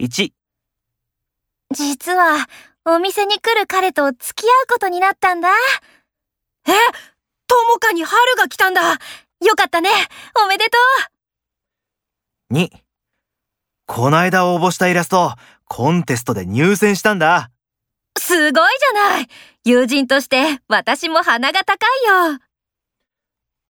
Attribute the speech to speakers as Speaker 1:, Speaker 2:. Speaker 1: 1
Speaker 2: 実は、お店に来る彼と付き合うことになったんだ。えともかに春が来たんだよかったねおめでと
Speaker 1: 2こないだ応募したイラストコンテストで入選したんだ
Speaker 2: うすごいじゃない友人として私も鼻が高いよ